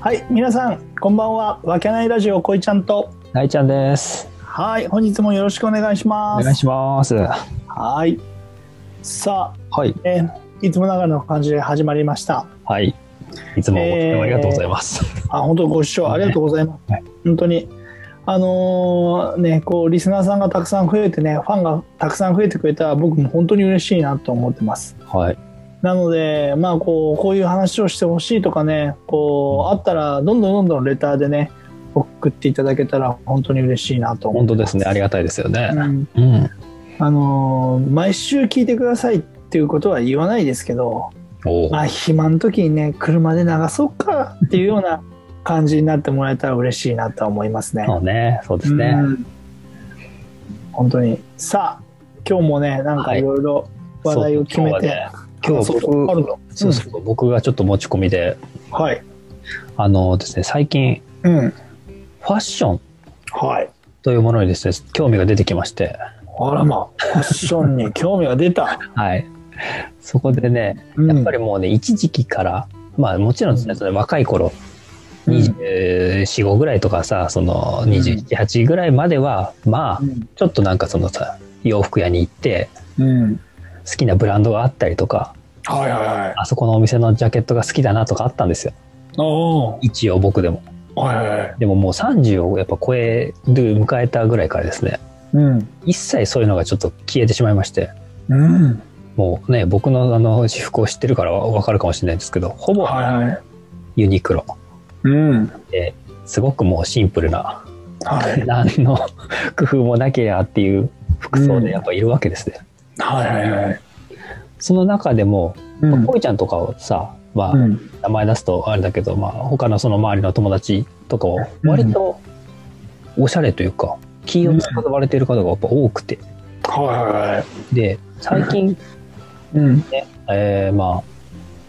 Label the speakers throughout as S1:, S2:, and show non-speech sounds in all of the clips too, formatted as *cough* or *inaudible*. S1: はい、皆さん、こんばんは。わけないラジオ、こいちゃんと。
S2: 大ちゃんです。
S1: はい、本日もよろしくお願いし
S2: お
S1: ます。
S2: 願いします。は
S1: はい。さ
S2: い。
S1: あ、えーいつもながらの感じで始まりました。
S2: はい。いつもご視聴ありがとうございます。
S1: あ、本当ご視聴ありがとうございます。
S2: はい
S1: 本当に。あのーね、こう、リスナーさんがたくさん増えてね、ファンがたくさん増えてくれたら、僕も本当に嬉しいなと思ってます。
S2: はい。
S1: なので、まあ、こう、こういう話をしてほしいとかね、こう、あったら、どんどんどんどんレターでね、送っていただけたら、本当に嬉しいなと思
S2: 本
S1: って
S2: 当ですね。ありがたいですよね。
S1: うん
S2: うん。
S1: あのー毎週聞いてくださいっていうことは言わないですけど、
S2: おお。
S1: まあ、暇の時にね車で流そうかっていうような感じになってもらえたら嬉しいなとは思いますね。
S2: そうね。そうですね
S1: う。ん本当にさあ今日もねなんか
S2: はい
S1: いろいろ話題を決めて、
S2: 今日はね
S1: そうそうあるの
S2: そうそう。僕がちょっと持ち込みで、
S1: うんはい、
S2: あのですね、最近、
S1: うん、
S2: ファッション
S1: はい
S2: というものにですね、興味が出てきまして、
S1: あらまあファッションに興味が出た、
S2: はい。そこでね、
S1: うん
S2: やっぱりもうね、一時期から、まあもちろんですね、その若い頃、24、5ぐらいとかさ、その27、8ぐらいまでは、まあ、ちょっとなんかそのさ、洋服屋に行って、
S1: うんうん
S2: 好きなブランドがあったりとか、
S1: はいはいはい
S2: あそこのお店のジャケットが好きだなとかあったんですよ。
S1: おー
S2: 一応僕でも。
S1: はいはいはい
S2: でももう30をやっぱ超える、迎えたぐらいからですね、
S1: うん
S2: 一切そういうのがちょっと消えてしまいまして、
S1: うん
S2: もうね、僕のあの、私服を知ってるからわかるかもしれないんですけど、ほぼ
S1: はいはい
S2: ユニクロ。
S1: うん
S2: すごくもうシンプルな、 *laughs*
S1: はい
S2: 何の *laughs* 工夫もなけりゃっていう服装
S1: うん
S2: でやっぱいるわけですね。
S1: はいはいはい。
S2: その中でも、
S1: う
S2: まあこいちゃんとかをさ、まあ、
S1: うん
S2: 名前出すとあれだけど、まあ、他のその周りの友達とかを
S1: うん
S2: 割とおしゃれというか気を使われている方がやっぱ多くて
S1: は
S2: で最近、
S1: いはい。うん。
S2: えーま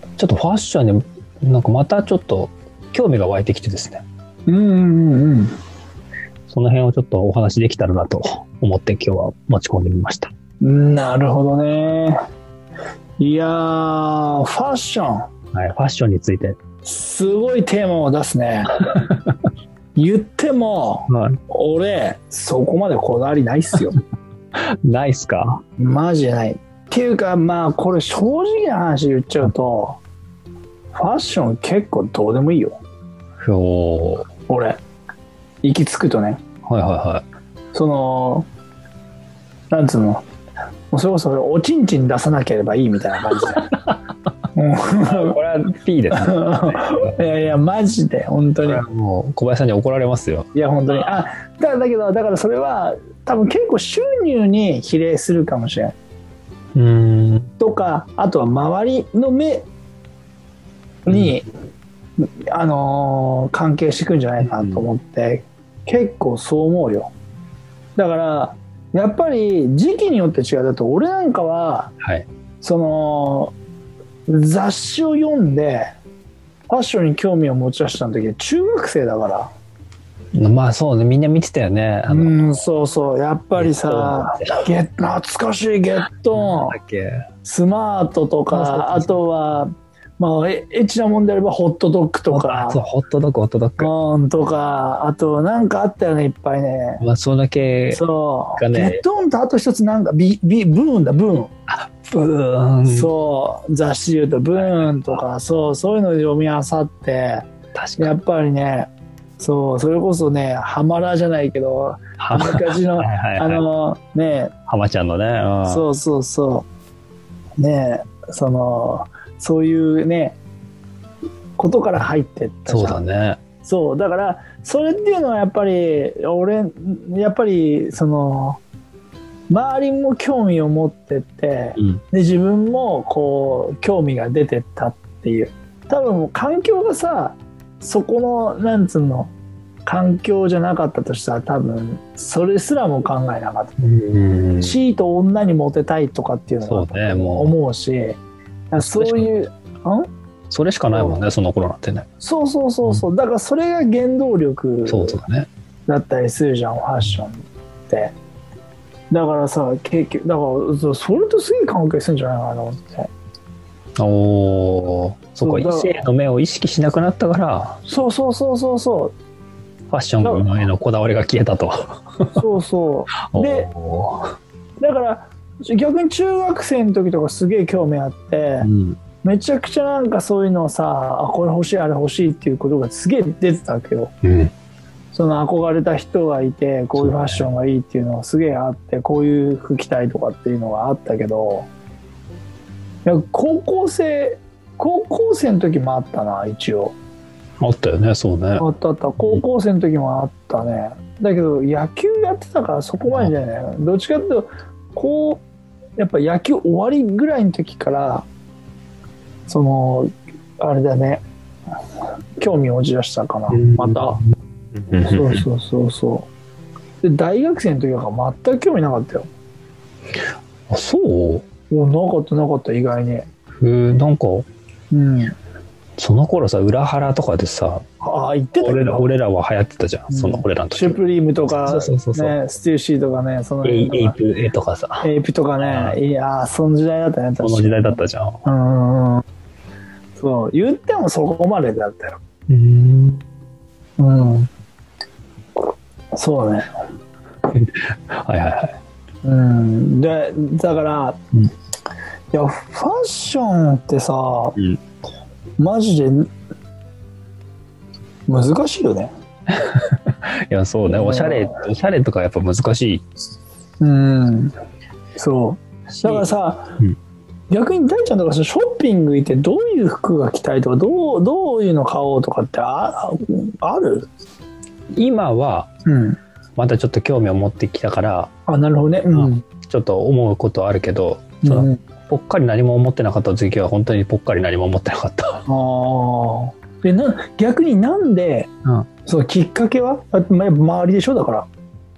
S2: あちょっとファッションになんかまたちょっと興味が湧いてきてですね
S1: うんうんうん。
S2: その辺をちょっとお話できたらなと *laughs* 思って今日は持ち込んでみました
S1: うんなるほどね。いやー、ファッション、
S2: はい、ファッションについて。
S1: すごいテーマを出す *laughs* ね。言っても、
S2: はい。
S1: 俺、そこまでこだわりないっす *laughs* よ。
S2: ないっすか
S1: マジでない。っていうか、まあ、これ正直な話言っちゃうと、ファッション結構どうでもいいよ。
S2: おー
S1: 俺、行き着くとね。
S2: はいは
S1: そのなんつうのもうそれこそおちんちん出さなければいいみたいな感じで
S2: *laughs* いはい。これは P ですね。
S1: うんいやいやマジで本当
S2: こ
S1: に
S2: れはもう小林さんに怒られますよ。
S1: いや本当にあだだけどだからそれは多分結構収入に比例するかもしれない
S2: うん。
S1: とかあとは周りの目に、あのー関係してくんじゃないかなと思って、結構そう思うよだからやっぱり時期によって違うだと俺なんかは
S2: はい。
S1: その雑誌を読んでファッションに興味を持ち出した時は中学生だから
S2: まあそうね、みんな見てたよね。あ
S1: う
S2: の、
S1: んそうそうやっぱりさ
S2: ゲット
S1: ゲッ懐かしいゲット
S2: なんだっけ。
S1: スマートとか
S2: そう
S1: あとはまあエエッチなもんであればホットドッグとか
S2: そう、ホットドッグ、ホットドッグ。
S1: うんとかあとなんかあったよねいっぱいね
S2: まあ、それだけ、
S1: そう、
S2: がね
S1: ゲットオンとあと一つなんかビビブーンだブーン
S2: ブーン。
S1: そう雑誌で言うとブーンとかそうそういうので読み漁って
S2: 確か
S1: や
S2: に。
S1: っぱりねそうそれこそねハマラじゃないけど
S2: ハマ、
S1: 昔の
S2: *laughs* はいはい
S1: あ
S2: はい。
S1: のね
S2: ハマちゃんのね。うん
S1: そうそうそうねそのそういうねことから入ってったじ
S2: そ
S1: ゃ
S2: うんだね。
S1: そうだからそれっていうのはやっぱり俺やっぱりその周りも興味を持ってって
S2: うん。
S1: で自分もこう興味が出てったっていう多分もう環境がさそこのなんつうの環境じゃなかったとしたら多分それすらも考えなかった、
S2: うん。
S1: 地位と女にモテたいとかっていうの
S2: そうね、
S1: は
S2: もう、
S1: 思うしだからそういううん
S2: それしかないもんね、その頃なんてね。
S1: そうそうそうそうだからそれが原動力
S2: そうそうだね。
S1: だったりするじゃんファッションってだからさ結局だからそそれとすげえ関係するんじゃないかなと思って
S2: おーそこ
S1: そう
S2: 異
S1: だから
S2: 性の目を意識しなくなったから
S1: そうそうそうそうそう
S2: ファッションへのこだわりが消えたと。
S1: そうそで
S2: おー
S1: うだから逆に中学生の時とかすげえ興味あって
S2: うん
S1: めちゃくちゃなんかそういうのをさあこれ欲しいあれ欲しいっていうことがすげえ出てたわけよ
S2: うん
S1: その憧れた人がいてこういうファッションがいいっていうのがすげえあってこういう服着たいとかっていうのがあったけどいや高校生高校生の時もあったな一応
S2: あったよねそうね
S1: あったあった高校生の時もあったねだけど野球やってたからそこまでじゃないどっちかっていうとこうやっぱ野球終わりぐらいの時からそのあれだね興味を持ち出したかな
S2: うん
S1: また。
S2: うん
S1: そうそうそうそう。で、大学生の時は全く興味なかったよ。
S2: あそう
S1: おなかったなかった、意外に。
S2: えーなんか
S1: うん。
S2: その頃さ裏腹とかでさ
S1: ああ、言ってた
S2: 俺
S1: け
S2: ら
S1: ど。
S2: 俺らは流行ってたじゃん、
S1: うん
S2: その俺らの時
S1: シュプリームとか、
S2: そうそうそうそう、
S1: ね、ステューシーとかね、その
S2: エイエ
S1: 辺
S2: イ
S1: とか
S2: プエとかさ
S1: エイプとか
S2: ああ
S1: ね、いやー、その時代だったね、
S2: この時代だったじゃん
S1: た。うんうんうん。そう、言ってもそこまでだったよ。
S2: うん
S1: うん。そうね。
S2: はいはいはい
S1: うん。で、だから、
S2: うん
S1: いや、ファッションってさ、
S2: うん
S1: マジで難しいよね。
S2: いやそうねおしゃれおしゃれとかやっぱ難しい
S1: うん。そう。だからさ、
S2: うん
S1: 逆に大ちゃんとかさショッピング行ってどういう服が着たいとかどうどういうの買おうとかってあある
S2: 今は
S1: うん。
S2: またちょっと興味を持ってきたから
S1: あ、なるほどね。うん。
S2: ちょっと思うことはあるけど、その
S1: うん、
S2: ぽっかり何も思ってなかった時は本当にぽっかり何も思ってな
S1: *laughs*
S2: かった
S1: ああ。でな逆になんで、
S2: うん
S1: そのきっかけはだってま周りでしょだから。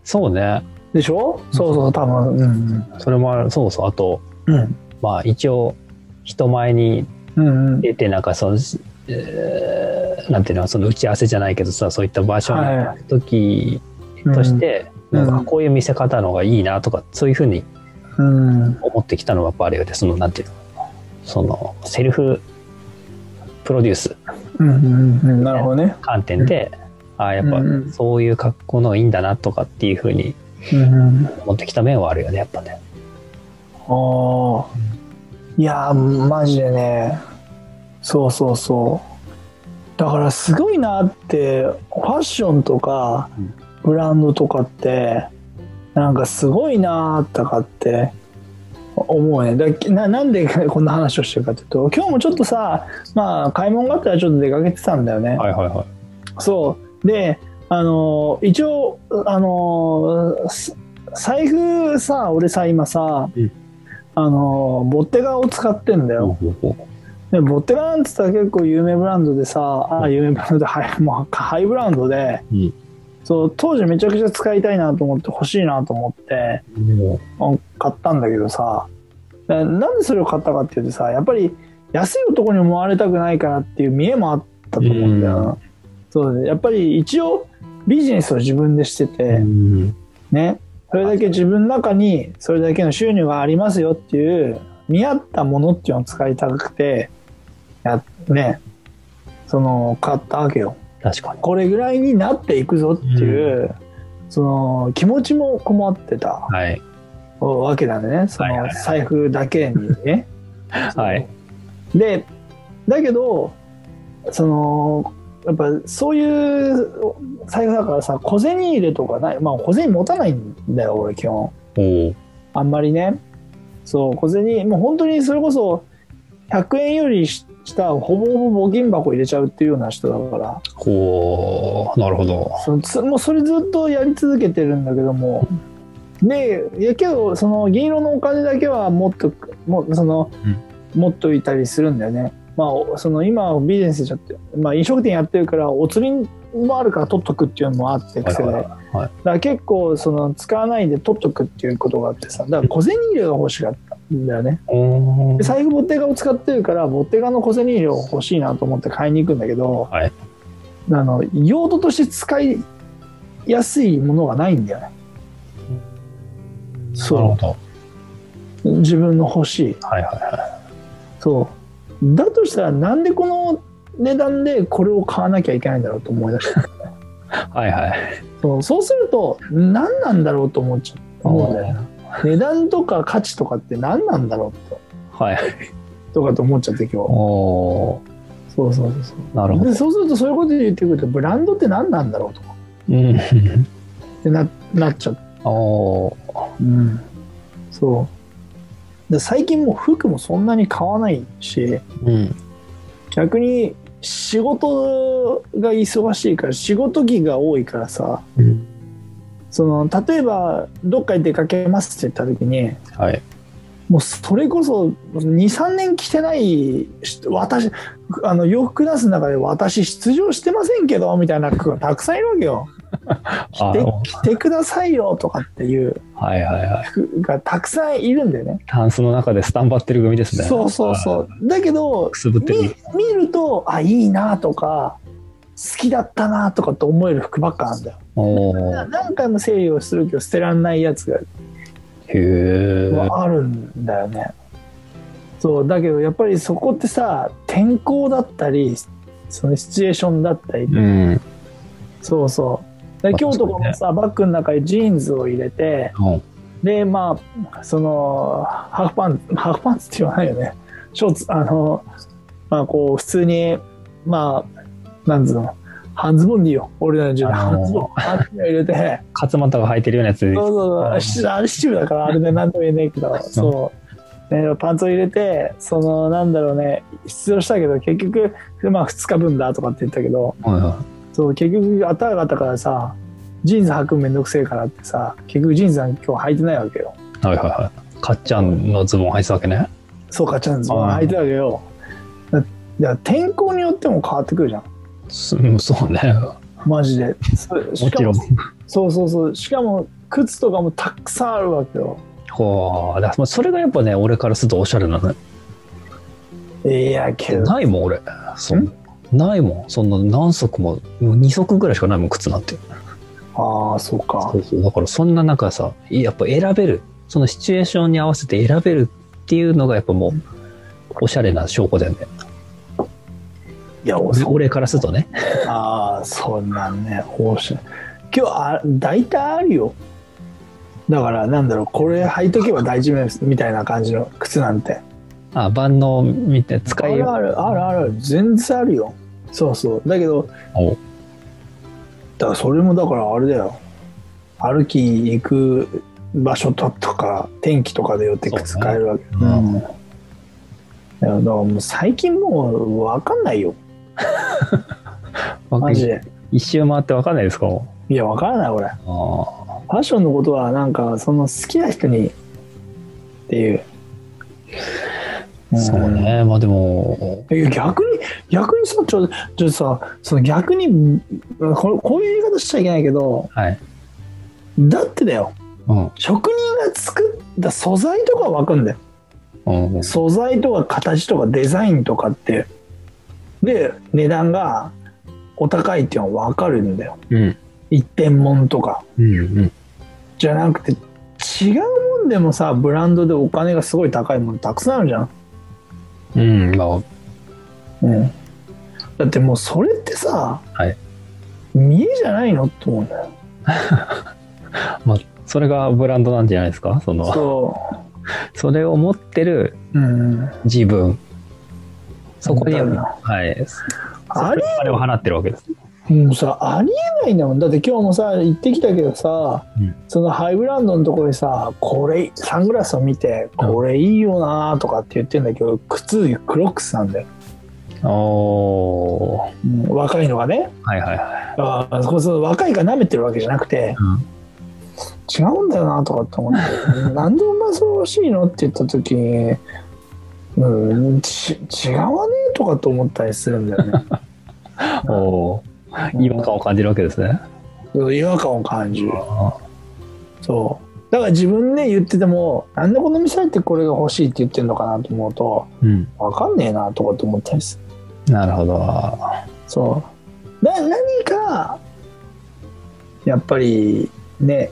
S2: そうね
S1: でしょそうそう、多分。うん。
S2: それもあるそうそうあと
S1: うん。
S2: まあ一応人前に
S1: うん。うん。
S2: 出てなんかその、えーなんていうのその打ち合わせじゃないけどさそういった場所に行く時として、
S1: うん
S2: なんかこういう見せ方の方がいいなとかそういうふうに
S1: うん。
S2: 思ってきたのはやっぱあれよねそのなんていうのそのセルフプロデュース
S1: うん。うん。うんなるほどね。
S2: 観点で、ああやっぱ
S1: うんうん
S2: そういう格好の方がいいんだなとかっていうふうに
S1: うん。
S2: 思ってきた面はあるよねやっぱね。
S1: ああいやーマジでねそうそうそうだからすごいなってファッションとか
S2: うん
S1: ブランドとかってなんかすごいなーとかって思うねだななんでこんな話をしてるかっていうと今日もちょっとさまあ買い物があったらちょっと出かけてたんだよね、
S2: はいはいはい。
S1: そうであのー一応あのーす財布さ俺さ今さ、
S2: うん
S1: あのーボッテガを使ってんだよ、でボッテガなんて言ったら結構有名ブランドでさあ
S2: うん
S1: 有名ブランドでハイもうハイブランドで、
S2: うん
S1: そう当時めちゃくちゃ使いたいなと思って欲しいなと思って
S2: も
S1: 買ったんだけどさななんでそれを買ったかっていうとさやっぱり安い男に思われたくないからっていう見えもあったと思うんだよな、
S2: う
S1: そうだねやっぱり一応ビジネスを自分でしてて、
S2: ううん
S1: ねそれだけ自分の中にそれだけの収入がありますよっていう見合ったものっていうのを使いたくてやねその買ったわけよ
S2: 確かに。
S1: これぐらいになっていくぞっていう、その気持ちもこもってた
S2: はい
S1: わけなんでねそ
S2: はい
S1: の
S2: はい
S1: 財布だけにね
S2: *laughs* はい。
S1: でだけどそのやっぱそういう財布だからさ小銭入れとかないまあ小銭持たないんだよ俺基本
S2: おお。
S1: あんまりねそう小銭もう本当にそれこそ100円よりしたほぼほぼ募金箱入れちゃうっていうような人だから
S2: こうなるほど。
S1: そのつもうそれずっとやり続けてるんだけどもでいやけどその銀色のお金だけはもっともその、持っといたりするんだよねまあおその今はビジネスじゃって、まあ、飲食店やってるからお釣りもあるから取っとくっていうのもあって癖で、
S2: はいはい
S1: だか
S2: はい
S1: ら結構その使わないで取っとくっていうことがあってさだから小銭入れが欲しかったんだよね
S2: お
S1: で財布ボッテガを使ってるからボッテガの小銭入れを欲しいなと思って買いに行くんだけど、
S2: はい
S1: あの用途として使いやすいものがないんだよね
S2: なるほど。
S1: 自分の欲しい
S2: はいはいは
S1: そだとしたらなんでこの値段でこれを買わなきゃいけないんだろうと思い出した
S2: はいはい。
S1: そうそうすると何なんだろうと思っちゃう思うんだよね値段とか価値とかって何なんだろうと
S2: はい。
S1: とかと思っちゃって今日
S2: おー
S1: そうそうそうそう
S2: なるほど。
S1: でそうするとそういうこと言ってくるとブランドって何なんだろうとか
S2: うん。
S1: ってななっちゃう、
S2: お
S1: う
S2: ー
S1: ん、そうで最近もう服もそんなに買わないし
S2: うん。
S1: 逆に仕事が忙しいから仕事着が多いからさ
S2: うん。
S1: その例えばどっかに出かけますって言った時に
S2: はい。
S1: もうそれこそ23年着てないし私あの洋服クラスの中で私出場してませんけどみたいな服がたくさんいるわけよ。
S2: あ
S1: 着て着てくださいよとかっていう
S2: はいはいはい。
S1: 服がたくさんいるんだよね。
S2: タンスの中でスタンバってる組ですね。。
S1: そうそうそううだけど
S2: くすぶってる。
S1: 見見るとあいいなとか好きだったなとかって思える服ばっかなんだよ。
S2: お
S1: な
S2: ー
S1: 何回も整理をするけど捨てられないやつが
S2: へー
S1: あるんだよね。そうだけどやっぱりそこってさ天候だったりそのシチュエーションだったり、
S2: うん。うん
S1: そうそうで
S2: まあ
S1: 今日とかもさ、バッグの中にジーンズを入れてでまあそのハーフパンツハーフパンツって言わないよねショーツあのまあこう普通にまあなんつうの半ズボンでいいよ俺らの時代
S2: あのー
S1: 半ズボン半ズボン入れ
S2: *laughs*
S1: て。
S2: 勝俣が履いてるようなやつ
S1: そうそう
S2: あ
S1: そう
S2: ー
S1: し、あれ七部だから、あれで何でも言えないけど、そう。ね、パンツを入れて、その、なんだろうね、出場したけど、結局、まあ、2日分だとかって言ったけど、
S2: はいは
S1: そう、結局、あたがたからさ、ジーンズ履くのめんどくせえからってさ、結局ジーンズなんか今日履いてないわけよ。
S2: いはいはい。かっちゃんのズボン履いてたわけね。
S1: そうか、ちゃんズボン
S2: あー
S1: 履いてたわけよ。だだから天候によっても変わってくるじゃん。
S2: すうんそうね。
S1: マジで。そ
S2: も
S1: し
S2: ち
S1: か
S2: ろん
S1: も、。そうそうそう。しかも、靴とかもたくさんあるわけよ。
S2: ほうだからそれがやっぱね、俺からするとおしゃれなのよ
S1: いや、けど、
S2: ないもん、俺。そ
S1: ん
S2: んないもん。そんな何足も、もう2足ぐらいしかないもん、靴なんて。
S1: ああ、そうか
S2: そ。うそうだからそんな中さ、やっぱ選べる。そのシチュエーションに合わせて選べるっていうのがやっぱもう、おしゃれな証拠だよね。
S1: いや、お
S2: 俺からするとね。
S1: ああそんなんねおし今日あ大体あるよだからなんだろうこれ履いとけば大丈夫ですみたいな感じの靴なんて
S2: あ、万能見て使
S1: あ
S2: い
S1: る
S2: よ
S1: あるあるある全然あるよそうそうだけど
S2: お
S1: だからそれもだからあれだよ歩きに行く場所とか天気とかでよって靴変えるわけ
S2: そうね
S1: うんいやだからもう最近もう分かんないよ
S2: う。
S1: マジで
S2: 一周回ってわかんないですかも
S1: いや分からない俺
S2: うああ。
S1: ファッションのことはなんかその好きな人にっていう、
S2: そうね。まあでも、
S1: うんいや逆に逆にさちょちょさその逆にここういう言い方しちゃいけないけど
S2: はい。
S1: だってだよ
S2: うん。
S1: 職人が作った素材とかは分かるんだよ
S2: うん。
S1: 素材とか形とかデザインとかってで値段がお高いっていうのは分かるんだよ
S2: うん。
S1: 一点物とか
S2: うん。
S1: じゃなくて違うもんでもさブランドでお金がすごい高いものたくさんあるじゃん
S2: うん。まあ、
S1: うん、だってもうそれってさ、
S2: はい
S1: 見えじゃないのと思うんだよ
S2: それがブランドなんじゃないですかそのそ
S1: そ
S2: れを持ってる
S1: う、うん、
S2: 自分そこに
S1: だよな
S2: はい
S1: あり
S2: あれを払ってるわけです
S1: もうさありえないんだもんだって今日もさ行ってきたけどさ、
S2: うん
S1: そのハイブランドのところでさこれサングラスを見て
S2: うん
S1: これいいよなとかって言ってんだけど靴クロックスなんだよ、
S2: おー
S1: うん若いのがね
S2: はいはいはい
S1: あーそこその若いから舐めてるわけじゃなくて違うんだよなとかって思って *laughs* なんでお前それ欲しいのって言った時にうんち違わねえとかと思ったりするんだよね
S2: うん、おー違和感を感じるわけですね
S1: うん違和感を感じる
S2: あ
S1: そうだから自分で言っててもなんでこの店ってこれが欲しいって言ってるのかなと思うと
S2: うん
S1: 分かんねえなとかと思ったりする
S2: なるほど
S1: そうな何かやっぱりね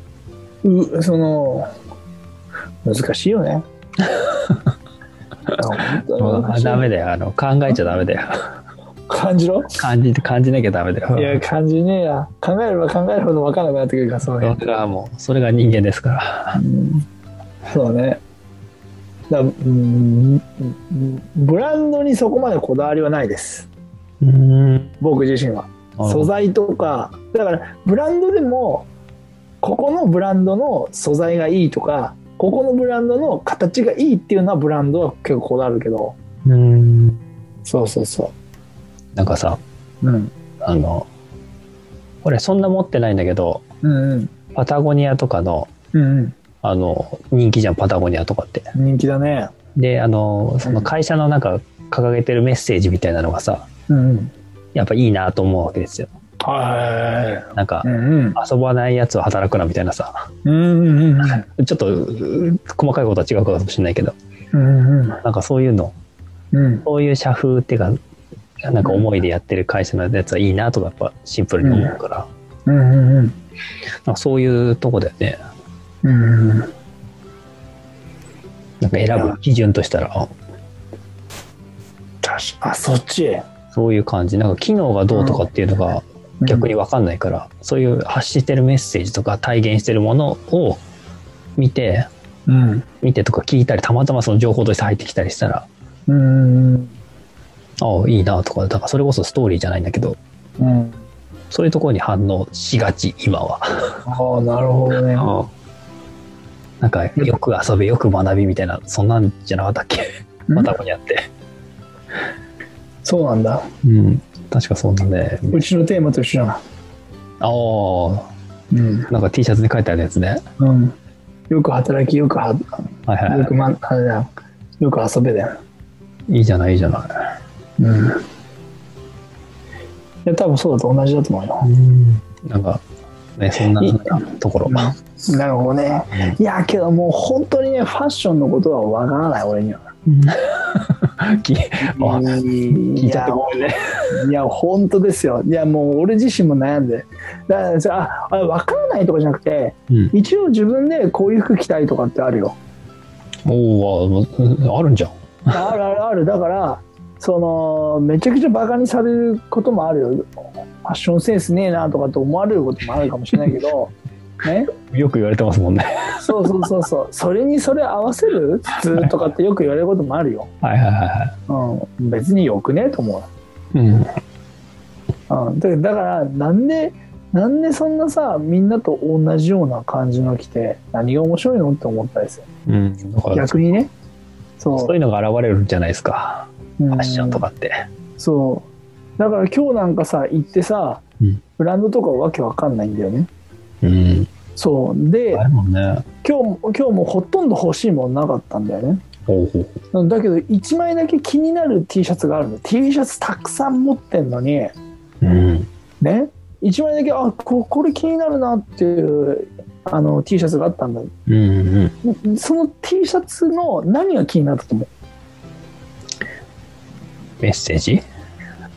S2: *laughs*
S1: うその難しいよね本当に
S2: あ
S1: 私
S2: ダメだよあの考えちゃダメだよ *laughs*
S1: 感じろ
S2: 感じて感じなきゃダメだよ
S1: いや、感じねえや。考えれば考えるほど分からなくなってくるから、その
S2: そ
S1: 辺。
S2: れはもうそれが人間ですから
S1: そうね。だうんうんブランドにそこまでこだわりはないです。
S2: うん
S1: 僕自身は。素材とか、だからブランドでも、ここのブランドの素材がいいとか、ここのブランドの形がいいっていうのはブランドは結構こだわるけど。
S2: うん
S1: そうそうそ
S2: なんかさ
S1: う。うん。
S2: あの俺そんな持ってないんだけど
S1: うんうん。
S2: パタゴニアとかの
S1: うんうん。
S2: あの人気じゃんパタゴニアとかって
S1: 人気だね。
S2: であのその会社のなんか掲げてるメッセージみたいなのがさ
S1: うんうん。
S2: やっぱいいなと思うわけですよ
S1: は
S2: なんか
S1: い。うんうん。
S2: 遊ばないやつは働くなみたいなさ
S1: うんうんうん。
S2: ちょっとう細かいことは違うかもしれないけど
S1: うんうん。
S2: なんかそういうの
S1: うん。
S2: そういう社風っていうかなんか思いでやってる会社のやつはいいなとかやっぱシンプルに思うから、
S1: うんうんうん。
S2: なんかそういうとこだよね
S1: うんうん。
S2: なんか選ぶ基準としたらあ
S1: 確かあ、そっち。
S2: そういう感じなんか機能がどうとかっていうのが逆に分かんないから、そういう発してるメッセージとか体現してるものを見て
S1: うん。
S2: 見てとか聞いたりたまたまその情報として入ってきたりしたら
S1: うん。うん。
S2: ああいいなとかだからそれこそストーリーじゃないんだけど
S1: うん。
S2: そういうところに反応しがち今は。
S1: ああ、なるほどね。
S2: なんかよく遊べよく学びみたいなそんなんじゃなかったっけ
S1: うん
S2: またこにあって、
S1: そうなんだ。
S2: うん、確かそうだね
S1: うちのテーマと一緒だ
S2: ああ
S1: な。うん。
S2: なんか T シャツに書いてあるやつね
S1: うん。よく働き、よくは、
S2: はいはい、
S1: よ
S2: は
S1: くま、あれだよ。よく遊べだよ。
S2: い、いいじゃないいいじゃな
S1: うん。いや、多分そうだと同じだと思うよ
S2: い。うんなんかねそんない
S1: い
S2: と *laughs* ころ
S1: なるほどね。いや、けどもう本当にね、ファッションのことはわからない、俺には。
S2: きあ聞
S1: 聞
S2: いちゃってごめんね
S1: いや、本当ですよ。いや、もう俺自身も悩んで。だからさ、あ、あわからないとかじゃなくて、
S2: うん
S1: 一応自分でこういう服着たいとかってあるよ。
S2: おおあるんじゃん
S1: あるあるある。だから、その、めちゃくちゃバカにされることもあるよ。ファッションセンスねえなとかって思われることもあるかもしれないけど、ね。
S2: よく言われてますもんね
S1: そうそうそうそう。それにそれ合わせる普通とかってよく言われることもあるよ。
S2: はいはいは
S1: うん。別によくねえと思う。
S2: いはい、うん、
S1: うん、だだからなんでなんでそんなさみんなと同じような感じの着て何が面白いのって思ったりする
S2: うん、だから
S1: 逆にねそう
S2: そういうのが現れるんじゃないですか
S1: うん
S2: ファッションとかって
S1: そうだから今日なんかさ行ってさ、
S2: うん
S1: ブランドとかわけわかんないんだよね
S2: うん
S1: そうで
S2: あれもね
S1: 今日も今日もほとんど欲しいもんなかったんだよね
S2: ほうほう
S1: うんだけど1枚だけ気になる T シャツがあるの T シャツたくさん持ってんのに、
S2: うん
S1: ね、1枚だけあここれ気になるなっていうあの T シャツがあったんだ
S2: うんうん
S1: その T シャツの何が気になったと思う
S2: メッセージ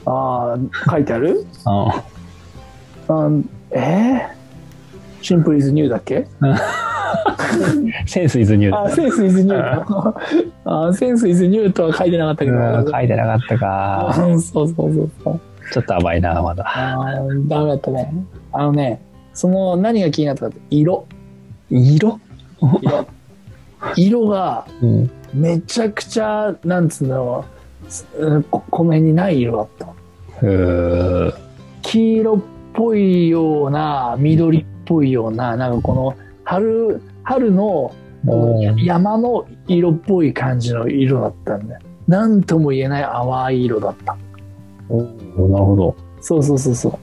S1: ああ書いてある *laughs*
S2: あ
S1: あえー、シンプルイズニューだっけ
S2: センスイズニュ
S1: あ
S2: ー
S1: センスイズニューか *laughs* あーセンスイズニューとは書いてなかったけど
S2: うん書いてなかったか
S1: うんそうそうそうそう
S2: ちょっと甘いなまだ
S1: ああダメだったねあのねその何が気になったかって色
S2: 色
S1: 色色が
S2: うん
S1: めちゃくちゃなんつうんだろうすうんここの辺にない色だった
S2: うー
S1: 黄色っぽいような緑っぽいようななんかこの春春のこ
S2: お
S1: の
S2: ー
S1: 山の色っぽい感じの色だったんで何とも言えない淡い色だった
S2: おーなるほど
S1: そうそうそうそ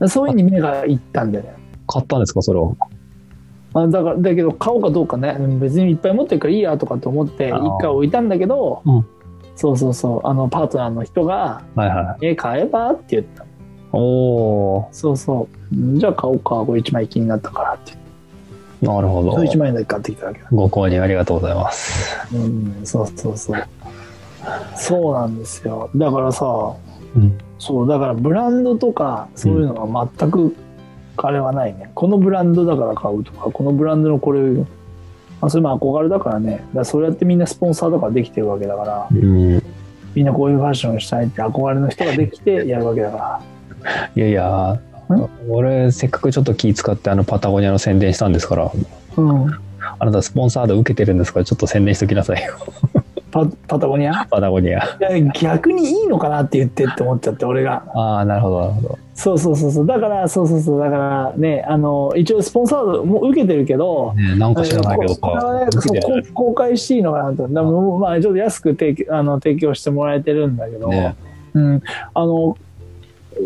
S1: うそういうふうに目がいったんだよね
S2: 買ったんですかそれを
S1: あだからだけど買おうかどうかねうん別にいっぱい持ってるからいいやとかと思って
S2: あー
S1: 一回置いたんだけど、
S2: うん
S1: そうそうそうあのパートナーの人が
S2: はいは
S1: 「
S2: い
S1: え買えば?」って言った
S2: おお
S1: そうそううんじゃあ買おうかこれ1枚気になったからって
S2: なるほど
S1: そう1万円だけ買ってきただけだ。
S2: ご購入ありがとうございます
S1: うん、そうそうそう。そうなんですよ。だからさ、
S2: うん
S1: そう、だからブランドとか、そういうのが全く、あれはないね。このブランドだから買うとか、このブランドのこれまあ、それも憧れだからねだからそうやってみんなスポンサーとかできてるわけだから
S2: うん。
S1: みんなこういうファッションしたいって憧れの人ができ *laughs* てやるわけだか
S2: いやいや、俺、せっかくちょっと気使って、あの、パタゴニアの宣伝したんですから、
S1: ら、うん、
S2: あなたスポンサード受けてるんですから、ちょっと宣伝しときなさいよ、
S1: パパタゴニア
S2: パタゴニア。
S1: いや逆にいいのかなって言ってって思っちゃって俺が
S2: ああ、なるほど、なるほど。
S1: そうそうそうそうだからそうそうそうだからねあの一応スポンサードも受けてるけど
S2: ねえなんか知らないけど
S1: これは
S2: か
S1: ね。
S2: 受けて
S1: そ
S2: な
S1: う
S2: い
S1: こ公開していいのかなとだからもうまあちょっと安く提供あの提供してもらえてるんだけど、
S2: ね
S1: うん、あの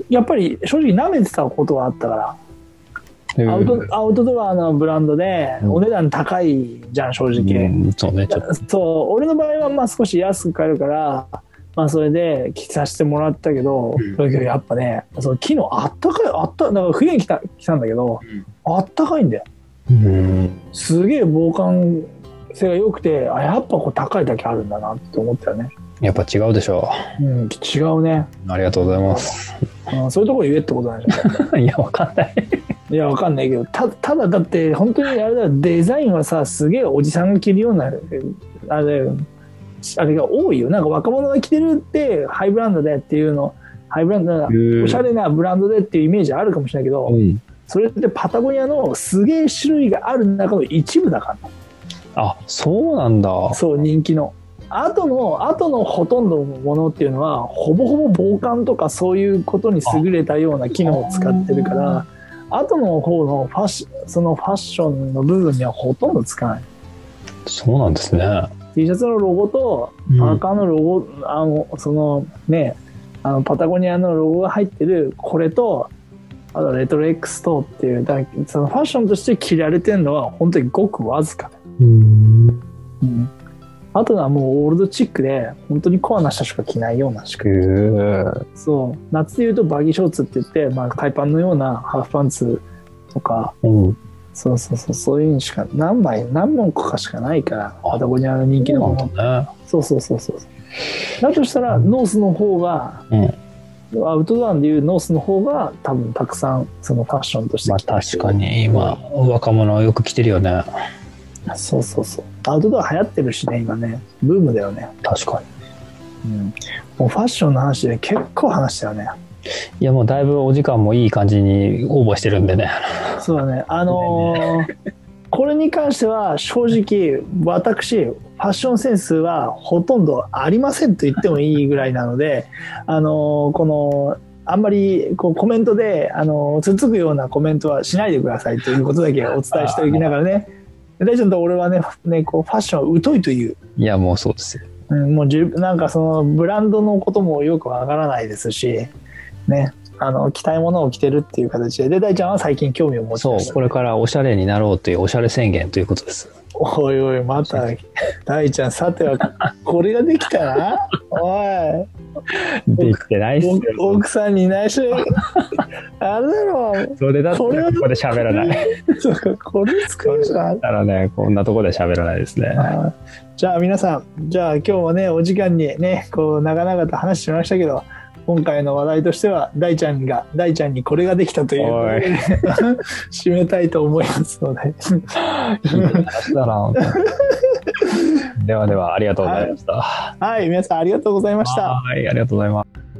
S1: やっぱり正直舐めてたことはあったから、
S2: うん
S1: アウトアウトドアのブランドで
S2: うん
S1: お値段高いじゃん正直、
S2: うんそうね、ちょっと。
S1: そう俺の場合はまあ少し安く買えるから、まあ、それで着させてもらったけど、
S2: うん
S1: だけどやっぱねその昨日あったかいあったなんか冬に来た来たんだけど、あったかいんだよ
S2: うん。
S1: すげえ防寒性が良くてあやっぱこう高いだけあるんだなって思ったよね、
S2: やっぱ違うでしょ
S1: うん、違うね、
S2: う。ありがとうございます。
S1: うん、そういうところ言えってことなんじゃない
S2: いや、わかんない。
S1: いや、わかんないけど、たただだって、本当にあれだよ、デザインはさ、すげえおじさんが着るような、あれだよあれが多いよ。なんか若者が着てるって、ハイブランドでっていうの、ハイブランドだ、おしゃれなブランドでっていうイメージあるかもしれないけど、
S2: うん。
S1: それってパタゴニアのすげえ種類がある中の一部だから、
S2: あ、そうなんだ。
S1: そう、人気の。後の、後のほとんどのものっていうのは、ほぼほぼ防寒とかそういうことに優れたような機能を使ってるから、後の方のファッシそのファッションの部分にはほとんどつかない。
S2: そうなんですね。
S1: T シャツのロゴと、
S2: うん
S1: パーカーのロゴ、あの、そのね、あのパタゴニアのロゴが入ってるこれと、あとレトロ X とっていう、だそのファッションとして着られてるのは本当にごくわずか。
S2: うん。
S1: うんあとはもうオールドチックで本当にコアな人しか着ないようなし
S2: へえ。
S1: そう夏でいうとバギーショーツって言って、まあ、海パンのようなハーフパンツとか
S2: うん。
S1: そうそうそうそういうのしか何枚何本かしかないからパタゴニアの人気のも
S2: そ
S1: の
S2: うなんだ
S1: そうそうそうそうだとしたらノースの方が、アウトドアでいうノースの方が多分たくさんそのファッションとし
S2: ね。
S1: て
S2: まあ
S1: 着てる
S2: 確かに今、若者はよく来てるよね。
S1: そうそうそうアウトドア流行ってるしね今ねブームだよね
S2: 確かに。
S1: うんもうファッションの話で結構話したよね。
S2: いやもうだいぶお時間もいい感じに応募してるんでね。
S1: そうだね。あのーこれに関しては正直私ファッションセンスはほとんどありませんと言ってもいいぐらいなので、あのーこのあんまりこうコメントで、あのーつっつくようなコメントはしないでくださいということだけお伝えしておきながらね。大ちゃんと俺はねねこうファッション疎いという、
S2: いやもうそうですよ。
S1: うん、もうじゅなんかそのブランドのこともよくわからないですしねあの着たいものを着てるっていう形でで大ちゃんは最近興味を持ち
S2: そ
S1: ま
S2: う
S1: した、
S2: これからおしゃれになろうというおしゃれ宣言ということです。
S1: おいおい、また、大ちゃん、さては、これができたなおい
S2: できてないっすよ。
S1: お、奥さんに内
S2: *laughs*
S1: 緒にあれだろ、
S2: それだった
S1: これ
S2: ら
S1: は
S2: ここで喋らない。
S1: *laughs* そうか、これ作るか。
S2: だからね、こんなとこで喋らないですね。 *laughs*
S1: あーじゃあ皆さん、じゃあ今日もね、お時間にね、こう、長々と話しましたけど、今回の話題としては、大ちゃんが、大ちゃんにこれができたということで、 *laughs* 締めたいと思いますので。
S2: いい話だな本 *laughs* 当にではでは、ありがとうございました。
S1: はい、皆さんありがとうございました。
S2: はい、ありがとうございます。